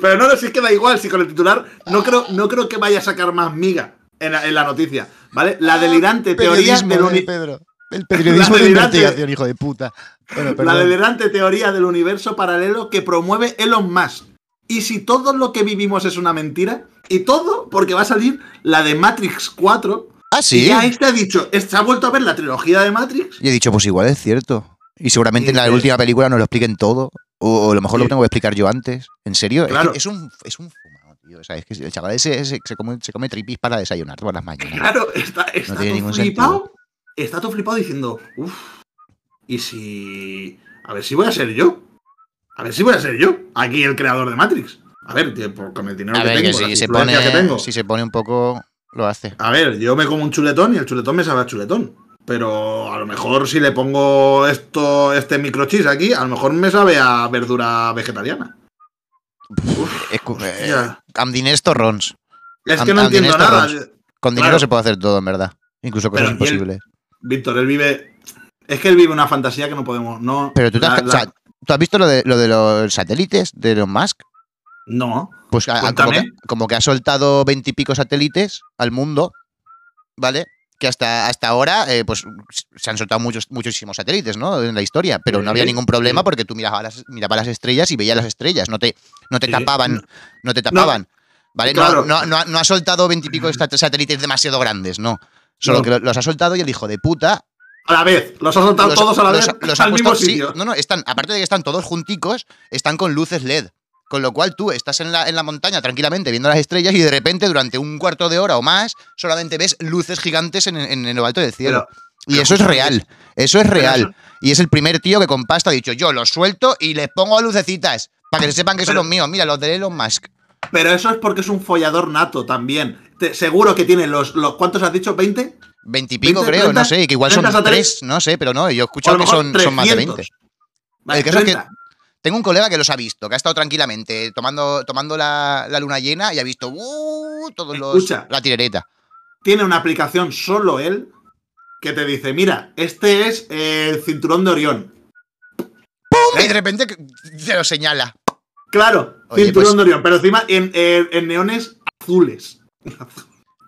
Speaker 2: Pero no, no, si es que da igual, si con el titular no creo, no creo que vaya a sacar más miga en la, en la noticia, ¿vale? La delirante teoría
Speaker 1: Ah, periodismo eh,
Speaker 2: del
Speaker 1: de
Speaker 2: uni-
Speaker 1: Pedro. El periodismo de
Speaker 2: delirante-
Speaker 1: investigación, hijo de puta. Bueno,
Speaker 2: la
Speaker 1: perdón.
Speaker 2: delirante teoría del universo paralelo que promueve Elon Musk. Y si todo lo que vivimos es una mentira, y todo porque va a salir la de Matrix 4,
Speaker 1: Ah,
Speaker 2: y
Speaker 1: sí.
Speaker 2: ya este ha dicho, se ha vuelto a ver la trilogía de Matrix.
Speaker 1: Y he dicho, pues igual es cierto. Y seguramente en la
Speaker 2: Dices-
Speaker 1: última película nos lo expliquen todo. O, o a lo mejor lo
Speaker 2: Sí.
Speaker 1: tengo que explicar yo antes. En serio, Es que
Speaker 2: Claro.
Speaker 1: es, un, es un fumado, tío. O sea, es que el chaval ese, ese se, come, se come tripis para desayunar todas las mañanas.
Speaker 2: Claro, está, está
Speaker 1: tiene
Speaker 2: todo
Speaker 1: ningún
Speaker 2: flipado. Está todo flipado diciendo, uff, Y si. A ver si voy a ser yo. A ver si voy a ser yo. Aquí el creador de Matrix. A ver, tío, por- con el dinero
Speaker 1: A
Speaker 2: que
Speaker 1: ver, que
Speaker 2: tengo. las
Speaker 1: si se,
Speaker 2: influencias que tengo.
Speaker 1: pone, si se pone un poco, lo hace.
Speaker 2: A ver, yo me como un chuletón y el chuletón me sabe a chuletón. Pero a lo mejor si le pongo esto, este microchis aquí, a lo mejor me sabe a verdura vegetariana.
Speaker 1: Es cu- eh,
Speaker 2: Hostia.
Speaker 1: amb diners, torrons.
Speaker 2: Es
Speaker 1: Am-
Speaker 2: que no
Speaker 1: am-
Speaker 2: entiendo
Speaker 1: tienes
Speaker 2: nada.
Speaker 1: Con dinero
Speaker 2: Claro.
Speaker 1: se puede hacer todo, en verdad. Incluso cosas
Speaker 2: Pero, ¿y él?
Speaker 1: imposibles.
Speaker 2: Víctor, él vive. Es que él vive una fantasía que no podemos. No,
Speaker 1: Pero tú te has
Speaker 2: la-
Speaker 1: ca- o sea,
Speaker 2: la-
Speaker 1: ¿Tú has visto lo de, lo de los satélites de Elon Musk?
Speaker 2: no.
Speaker 1: Pues a- a- como, que,
Speaker 2: Cuéntame.
Speaker 1: como que ha soltado veintipico satélites al mundo, ¿vale? Que hasta, hasta ahora eh, pues se han soltado muchos, muchísimos satélites, ¿no? En la historia, pero no había
Speaker 2: Sí,
Speaker 1: ningún problema
Speaker 2: sí.
Speaker 1: porque tú mirabas las, mirabas las estrellas y veías las estrellas, no te, no te
Speaker 2: Sí.
Speaker 1: tapaban, no te tapaban, ¿vale? No-
Speaker 2: Claro.
Speaker 1: No, no, ha- no ha soltado veintipico sat- satélites demasiado grandes, no. Solo
Speaker 2: No.
Speaker 1: que lo- los ha soltado y el hijo de puta
Speaker 2: A la vez, los ha soltado
Speaker 1: los-
Speaker 2: todos a la
Speaker 1: los-
Speaker 2: vez
Speaker 1: los ha
Speaker 2: al mismo
Speaker 1: puesto- sí,
Speaker 2: sitio.
Speaker 1: no, no, están, aparte de que están todos junticos, están con luces LED. Con lo cual tú estás en la, en la montaña tranquilamente viendo las estrellas y de repente durante un cuarto de hora o más solamente ves luces gigantes en, en- en lo alto del cielo. y
Speaker 2: pero
Speaker 1: eso es
Speaker 2: justamente-
Speaker 1: real, eso es
Speaker 2: pero
Speaker 1: real.
Speaker 2: eso-
Speaker 1: Y es el primer tío que con pasta ha dicho, yo los suelto y les pongo lucecitas para que sepan que son
Speaker 2: Pero-
Speaker 1: los míos. Mira, los de Elon Musk.
Speaker 2: Pero eso es porque es un follador nato también. Te- seguro que tiene los, los. ¿Cuántos has dicho? ¿20?
Speaker 1: Veintipico
Speaker 2: 20,
Speaker 1: creo, no
Speaker 2: 30,
Speaker 1: sé, que igual son
Speaker 2: 30 satélites.
Speaker 1: tres, no sé, pero no, yo he
Speaker 2: O a
Speaker 1: escuchado
Speaker 2: lo
Speaker 1: que
Speaker 2: mejor
Speaker 1: son, son más de
Speaker 2: 300.
Speaker 1: veinte.
Speaker 2: Vale,
Speaker 1: El caso es que-
Speaker 2: 30.
Speaker 1: Tengo un colega que los ha visto, que ha estado tranquilamente tomando, tomando la, la luna llena y ha visto ¡uh! todos los
Speaker 2: Escucha.
Speaker 1: la tirereta.
Speaker 2: Tiene una aplicación solo él que te dice: Mira, este es eh, el cinturón de Orión.
Speaker 1: ¡Pum!
Speaker 2: ¿Eh?
Speaker 1: Y de repente que- se lo señala.
Speaker 2: Claro,
Speaker 1: Oye,
Speaker 2: cinturón
Speaker 1: pues-
Speaker 2: de Orión, pero encima en, en- en neones azules.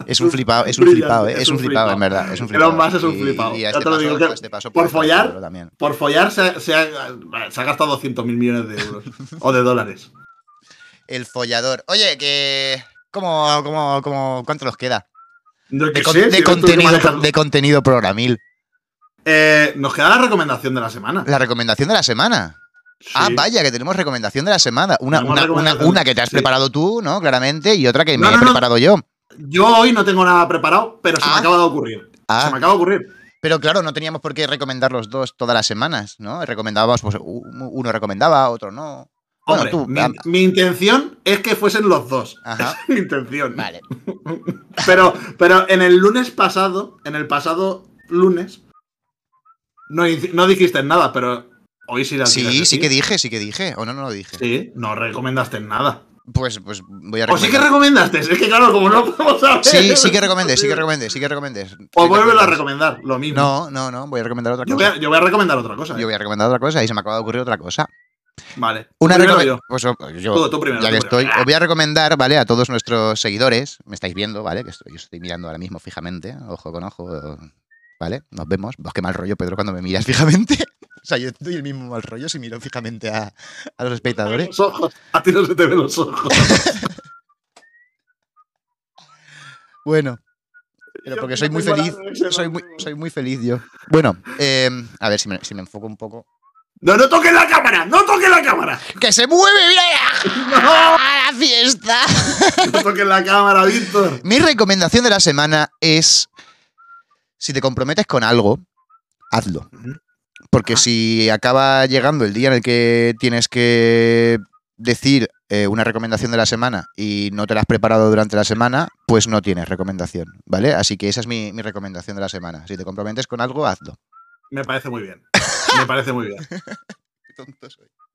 Speaker 1: Es un flipado, es un
Speaker 2: Brillante,
Speaker 1: flipado, eh, es un flipado, en verdad, es un
Speaker 2: Elon
Speaker 1: flipado.
Speaker 2: Musk es un
Speaker 1: Y-
Speaker 2: flipado,
Speaker 1: y a
Speaker 2: ya
Speaker 1: este
Speaker 2: te lo
Speaker 1: paso-
Speaker 2: digo que
Speaker 1: a este paso
Speaker 2: por
Speaker 1: puede estar
Speaker 2: follar-
Speaker 1: seguro también.
Speaker 2: Por follar se, ha- se ha, se ha gastado 200 mil millones de euros o de dólares.
Speaker 1: El follador. Oye, que ¿cómo, cómo, cómo cuánto nos queda?
Speaker 2: Yo
Speaker 1: De,
Speaker 2: qué
Speaker 1: con-
Speaker 2: sé,
Speaker 1: de
Speaker 2: si no tuve que
Speaker 1: contenido,
Speaker 2: manejarlo.
Speaker 1: de contenido programil.
Speaker 2: Eh, nos queda la recomendación de la semana.
Speaker 1: La recomendación de la semana. Ah,
Speaker 2: Sí.
Speaker 1: vaya, que tenemos recomendación de la semana. Una, una,
Speaker 2: Tenemos
Speaker 1: una,
Speaker 2: recomendación.
Speaker 1: una que te has
Speaker 2: Sí.
Speaker 1: preparado tú, ¿no? Claramente, y otra que me
Speaker 2: No,
Speaker 1: he
Speaker 2: no, no.
Speaker 1: preparado yo.
Speaker 2: Yo hoy no tengo nada preparado, pero se me
Speaker 1: Ah.
Speaker 2: acaba de ocurrir. Se
Speaker 1: Ah,
Speaker 2: me acaba de ocurrir.
Speaker 1: Pero claro, no teníamos por qué recomendar los dos todas las semanas, ¿no? Recomendábamos, pues u- uno recomendaba, otro no. Bueno,
Speaker 2: Hombre,
Speaker 1: tú,
Speaker 2: mi,
Speaker 1: am-
Speaker 2: mi intención es que fuesen los dos.
Speaker 1: Ajá.
Speaker 2: Mi intención.
Speaker 1: Vale.
Speaker 2: Pero, pero en el lunes pasado, en el pasado lunes, no, hici- no dijiste nada, pero hoy sí la
Speaker 1: Sí, sí que
Speaker 2: dijiste.
Speaker 1: dije, sí que dije. O no, no lo dije.
Speaker 2: Sí, no recomendaste nada.
Speaker 1: Pues, pues voy a
Speaker 2: O sí que
Speaker 1: recomendar.
Speaker 2: recomendaste, es que claro, como no Pues podemos saber.
Speaker 1: Sí, sí que recomendé, sí que recomendé, sí que recomendé. Sí que
Speaker 2: O vuélvelo a
Speaker 1: recomendé.
Speaker 2: recomendar, lo mismo.
Speaker 1: No, no, no, voy a recomendar otra
Speaker 2: Yo voy,
Speaker 1: cosa.
Speaker 2: a, yo voy a recomendar otra cosa. ¿eh?
Speaker 1: Yo voy a recomendar otra cosa y se me acaba de ocurrir otra cosa.
Speaker 2: Vale.
Speaker 1: Una
Speaker 2: Primero
Speaker 1: recomendación.
Speaker 2: yo.
Speaker 1: Pues o- yo,
Speaker 2: Tú, tú primero,
Speaker 1: ya
Speaker 2: tú
Speaker 1: que
Speaker 2: primero.
Speaker 1: estoy, os voy a recomendar, ¿vale? A todos nuestros seguidores, me estáis viendo, ¿vale? Que estoy, yo estoy mirando ahora mismo fijamente, ojo con ojo, ¿vale? Nos vemos. Vos qué mal rollo, Pedro, cuando me miras fijamente. o sea, yo doy el mismo mal rollo si miro fijamente a, a los espectadores.
Speaker 2: Los ojos. A ti no se te ven los ojos.
Speaker 1: Bueno, pero porque soy muy feliz. Soy muy, soy muy feliz yo. Bueno, eh, a ver si me, si me enfoco un poco.
Speaker 2: No, no toques la cámara, no toques la cámara.
Speaker 1: ¡Que se mueve! ¡Mira! ¡A la fiesta!
Speaker 2: No toques la cámara, Víctor.
Speaker 1: Mi recomendación de la semana es, si te comprometes con algo, hazlo.
Speaker 2: Ujú.
Speaker 1: Porque si acaba llegando el día en el que tienes que decir eh, una recomendación de la semana y no te la has preparado durante la semana, pues no tienes recomendación, ¿vale? Así que esa es mi, mi recomendación de la semana. Si te comprometes con algo, hazlo.
Speaker 2: Me parece muy bien. Me parece muy bien.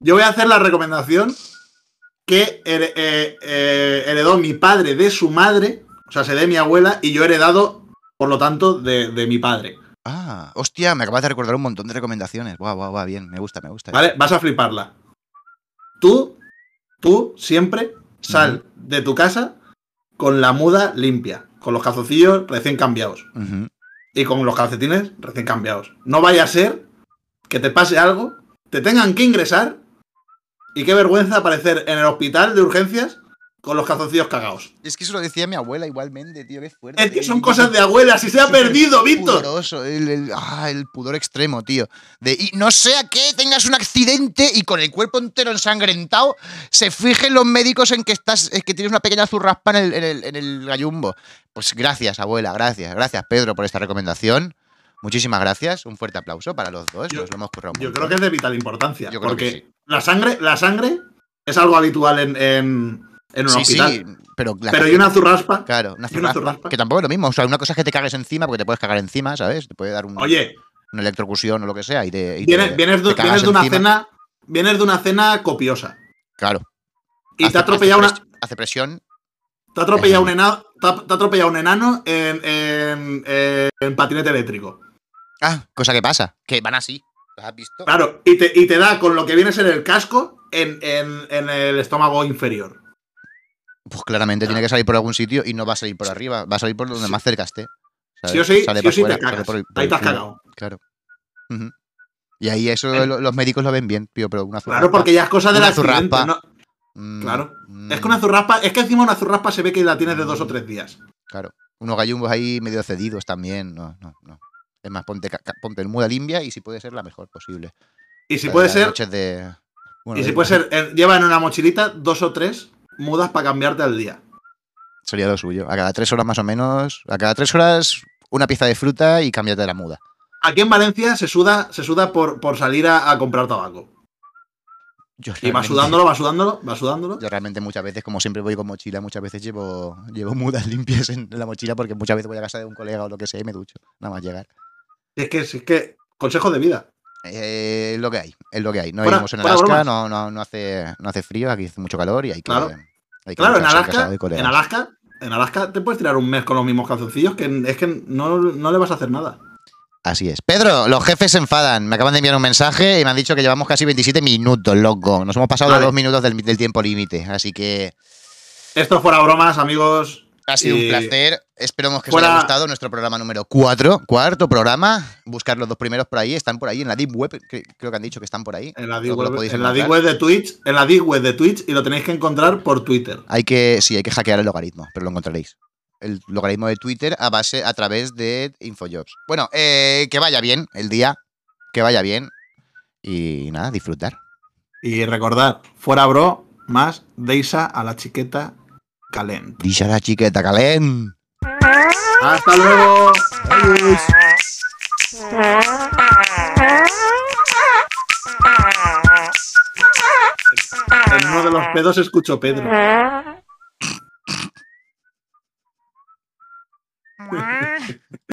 Speaker 2: Yo voy a hacer la recomendación que her- eh, eh, heredó mi padre de su madre, o sea, se de mi abuela, y yo he heredado, por lo tanto, de, de mi padre.
Speaker 1: Ah, hostia, me acabas de recordar un montón de recomendaciones. Guau, guau, guau, bien, me gusta, me gusta.
Speaker 2: ¿Vale? Vas a fliparla. Tú, tú, siempre sal de tu casa con la muda limpia, con los calzoncillos recién cambiados
Speaker 1: Ujú.
Speaker 2: y con los calcetines recién cambiados. No vaya a ser que te pase algo, te tengan que ingresar y qué vergüenza aparecer en el hospital de urgencias con los calzoncillos cagados.
Speaker 1: Es que eso lo decía mi abuela igualmente, tío, qué fuerte.
Speaker 2: Es que son
Speaker 1: Y-
Speaker 2: cosas de abuela, si se ha
Speaker 1: Súper
Speaker 2: perdido, Víctor.
Speaker 1: Pudoroso, el, el- ah, el pudor extremo, tío. De, y no sea que tengas un accidente y con el cuerpo entero ensangrentado se fijen los médicos en que estás, es que tienes una pequeña zurraspa en el, en el- en el gallumbo. Pues gracias, abuela, gracias, gracias, Pedro, por esta recomendación. Muchísimas gracias, un fuerte aplauso para los dos,
Speaker 2: Yo-
Speaker 1: nos lo hemos currado. un
Speaker 2: Yo creo
Speaker 1: montón.
Speaker 2: que es de vital importancia.
Speaker 1: Yo creo
Speaker 2: porque
Speaker 1: que sí.
Speaker 2: la sangre, la sangre es algo habitual en, en- en un
Speaker 1: Sí,
Speaker 2: hospital.
Speaker 1: sí, pero la
Speaker 2: pero y una zurraspa.
Speaker 1: Claro, una
Speaker 2: Y una
Speaker 1: zurraspa,
Speaker 2: zurraspa.
Speaker 1: Que tampoco es lo mismo. O sea, una cosa es que te cagues encima, porque te puedes cagar encima, ¿sabes? Te puede dar un,
Speaker 2: Oye,
Speaker 1: una electrocusión o lo que sea. Y te, y
Speaker 2: vienes,
Speaker 1: te-
Speaker 2: vienes de,
Speaker 1: te cagas
Speaker 2: vienes de una
Speaker 1: encima.
Speaker 2: cena. Vienes de una cena copiosa.
Speaker 1: Claro.
Speaker 2: Y te ha atropellado una.
Speaker 1: hace pres- Hace presión.
Speaker 2: Te ha atropellado un enano, te ha, te ha atropellado un enano en, en- en- en patinete eléctrico.
Speaker 1: Ah, cosa que pasa. Que van así. ¿Lo has visto?
Speaker 2: Claro, y te, y te da con lo que vienes en el casco en, en- en el estómago inferior.
Speaker 1: Pues claramente tiene que salir por algún sitio y no va a salir por arriba. Va a salir por donde
Speaker 2: Sí.
Speaker 1: más cerca esté. ¿sabes?
Speaker 2: Sí o sí,
Speaker 1: Sale
Speaker 2: sí o
Speaker 1: para
Speaker 2: sí
Speaker 1: fuera,
Speaker 2: te
Speaker 1: sale
Speaker 2: cagas.
Speaker 1: por el- por
Speaker 2: Ahí
Speaker 1: el
Speaker 2: te has
Speaker 1: culo.
Speaker 2: cagado.
Speaker 1: Claro. Ujú. Y ahí eso
Speaker 2: Eh.
Speaker 1: lo- los médicos lo ven bien, tío, pero una
Speaker 2: Claro, porque ya es cosa del
Speaker 1: Una
Speaker 2: accidente.
Speaker 1: zurraspa.
Speaker 2: ¿no?
Speaker 1: Mm,
Speaker 2: claro.
Speaker 1: mm,
Speaker 2: Es que una zurraspa, es que encima una zurraspa se ve que la tienes de dos o tres días.
Speaker 1: Claro. Unos gallumbos ahí medio cedidos también. No, no, no. Es más, ponte, ca- ca- ponte el muda limpia y si puede ser la mejor posible.
Speaker 2: Y si
Speaker 1: Para
Speaker 2: puede
Speaker 1: las
Speaker 2: ser,
Speaker 1: noches de- Bueno,
Speaker 2: y si
Speaker 1: da
Speaker 2: puede
Speaker 1: igual.
Speaker 2: ser, eh, lleva en una mochilita dos o tres mudas para cambiarte al día.
Speaker 1: Sería lo suyo. A cada tres horas más o menos. A cada tres horas una pieza de fruta y cámbiate la muda.
Speaker 2: Aquí en Valencia se suda, se suda por, por salir a, a comprar tabaco.
Speaker 1: Yo
Speaker 2: Y va
Speaker 1: realmente-
Speaker 2: sudándolo, va sudándolo, va sudándolo.
Speaker 1: Yo realmente muchas veces, como siempre voy con mochila, muchas veces llevo, llevo mudas limpias en la mochila porque muchas veces voy a casa de un colega o lo que sea y me ducho. Nada más llegar.
Speaker 2: Es que, es que, consejo de vida.
Speaker 1: Eh, es lo que hay, es lo que hay. No
Speaker 2: Fuera-
Speaker 1: vivimos en
Speaker 2: fuera
Speaker 1: Alaska,
Speaker 2: bromas.
Speaker 1: no, no, no, hace, no hace frío, aquí hace mucho calor y hay que.
Speaker 2: Claro.
Speaker 1: hay que
Speaker 2: Claro, en
Speaker 1: ducharse casa
Speaker 2: Alaska,
Speaker 1: de colegas.
Speaker 2: en Alaska, en Alaska te puedes tirar un mes con los mismos calzoncillos que es que no, no le vas a hacer nada.
Speaker 1: Así es. Pedro, los jefes se enfadan. Me acaban de enviar un mensaje y me han dicho que llevamos casi 27 minutos, loco. Nos hemos pasado
Speaker 2: Vale.
Speaker 1: los dos minutos del, del tiempo límite. Así que
Speaker 2: Esto fuera bromas, amigos.
Speaker 1: ha sido un
Speaker 2: Y-
Speaker 1: placer. Esperamos que os
Speaker 2: Fuera-
Speaker 1: haya gustado nuestro programa número 4. Cuarto programa. Buscar los dos primeros por ahí. Están por ahí en la Deep Web. cre- Creo que han dicho que están por ahí.
Speaker 2: En la
Speaker 1: Creo
Speaker 2: Deep
Speaker 1: que lo
Speaker 2: Web,
Speaker 1: podéis
Speaker 2: en la Deep
Speaker 1: encontrar.
Speaker 2: Web de Twitch, en la Deep Web de Twitch y lo tenéis que encontrar por Twitter.
Speaker 1: Hay que, sí, hay que hackear el logaritmo, pero lo encontraréis. El logaritmo de Twitter a base a través de Infojobs. Bueno, eh, que vaya bien el día. Que vaya bien. Y nada, disfrutar.
Speaker 2: Y recordad, fuera bro más Deisa a la chiqueta calent.
Speaker 1: Dice a la chiqueta, Calén.
Speaker 2: Hasta luego. En uno de los pedos escucho Pedro.
Speaker 3: Pedro.